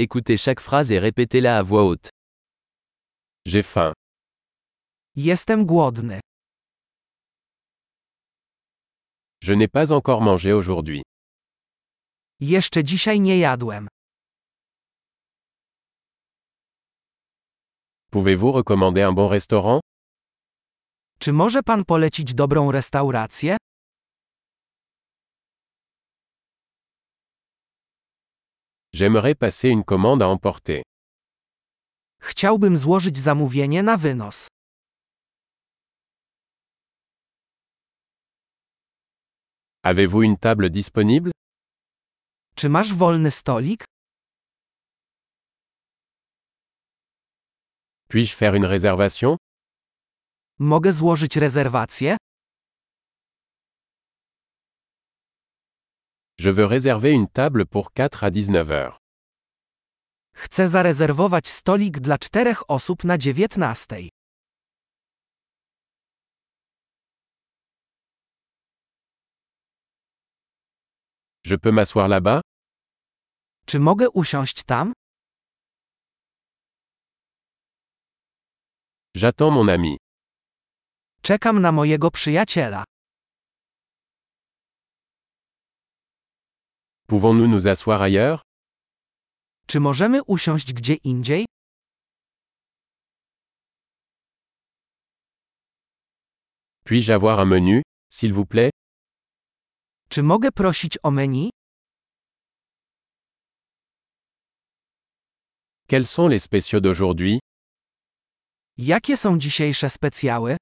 Écoutez chaque phrase et répétez-la à voix haute. J'ai faim. Jestem głodny. Je n'ai pas encore mangé aujourd'hui. Jeszcze dzisiaj nie jadłem. Pouvez-vous recommander un bon restaurant Czy może pan polecić dobrą restaurację? J'aimerais passer une commande à emporter. Chciałbym złożyć zamówienie na wynos. Avez-vous une table disponible Czy masz wolny stolik? Puis-je faire une réservation Mogę złożyć rezerwację? Je veux réserver une table pour 4 à 19 heures. Chcę zarezerwować stolik dla czterech osób na 19. Je peux m'asseoir là-bas Czy mogę usiąść tam? J'attends mon ami. Czekam na mojego przyjaciela. Pouvons-nous nous asseoir ailleurs Czy możemy usiąść gdzie indziej? Puis-je avoir un menu, s'il vous plaît Czy mogę prosić o menu? Quels sont les spéciaux d'aujourd'hui Jakie są dzisiejsze specjały?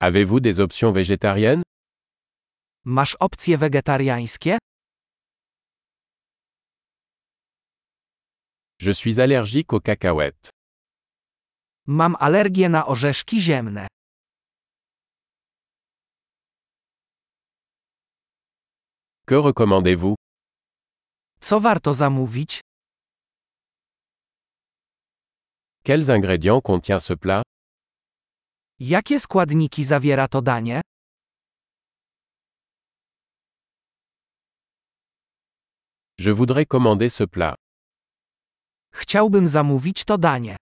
Avez-vous des options végétariennes Masz opcje wegetariańskie? Je suis allergique aux cacahuètes. Mam alergię na orzeszki ziemne. Que recommandez-vous Co warto zamówić? Quels ingrédients contient ce plat Jakie składniki zawiera to danie? Je voudrais commander ce plat. Chciałbym zamówić to danie.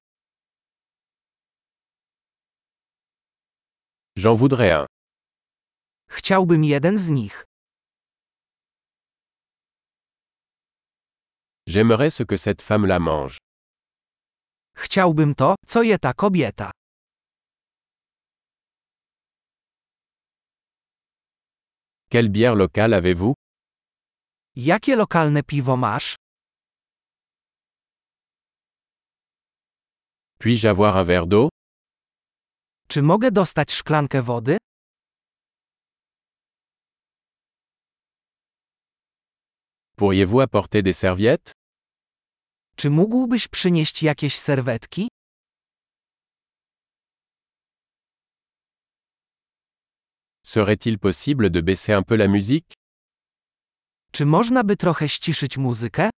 J'en voudrais un. Chciałbym jeden z nich. J'aimerais ce que cette femme la mange. Chciałbym to, co je ta kobieta. Quelle bière locale avez-vous Jakie lokalne piwo masz? Puis-je avoir un verre d'eau Czy mogę dostać szklankę wody? Pourriez-vous apporter des serviettes Czy mógłbyś przynieść jakieś serwetki? Serait-il possible de baisser un peu la musique Czy można by trochę ściszyć muzykę?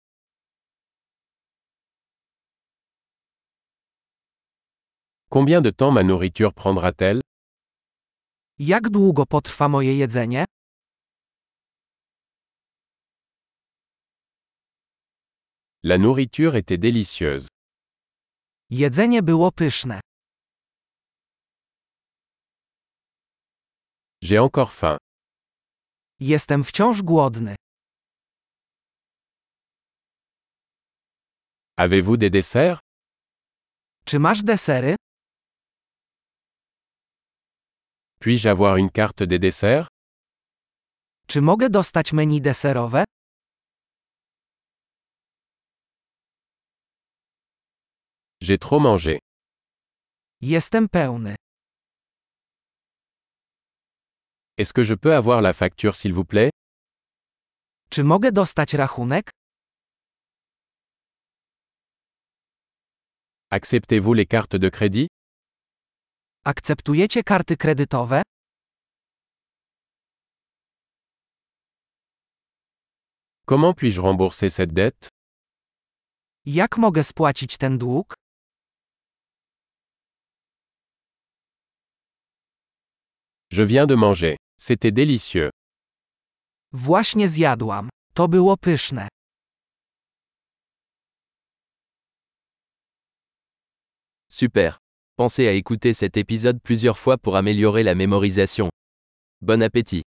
Combien de temps ma nourriture prendra-t-elle Jak długo potrwa moje jedzenie? La nourriture était délicieuse. Jedzenie było pyszne. J'ai encore faim. Jestem wciąż głodny. Avez-vous des desserts Czy masz desery? Puis-je avoir une carte des desserts Czy mogę dostać menu deserowe? J'ai trop mangé. Jestem pełny. Est-ce que je peux avoir la facture s'il vous plaît Czy mogę dostać rachunek? Acceptez-vous les cartes de crédit Akceptujecie karty kredytowe? Comment puis-je rembourser cette dette Jak mogę spłacić ten dług? Je viens de manger. C'était délicieux. Właśnie zjadłam. To było pyszne. Super. Pensez à écouter cet épisode plusieurs fois pour améliorer la mémorisation. Bon appétit.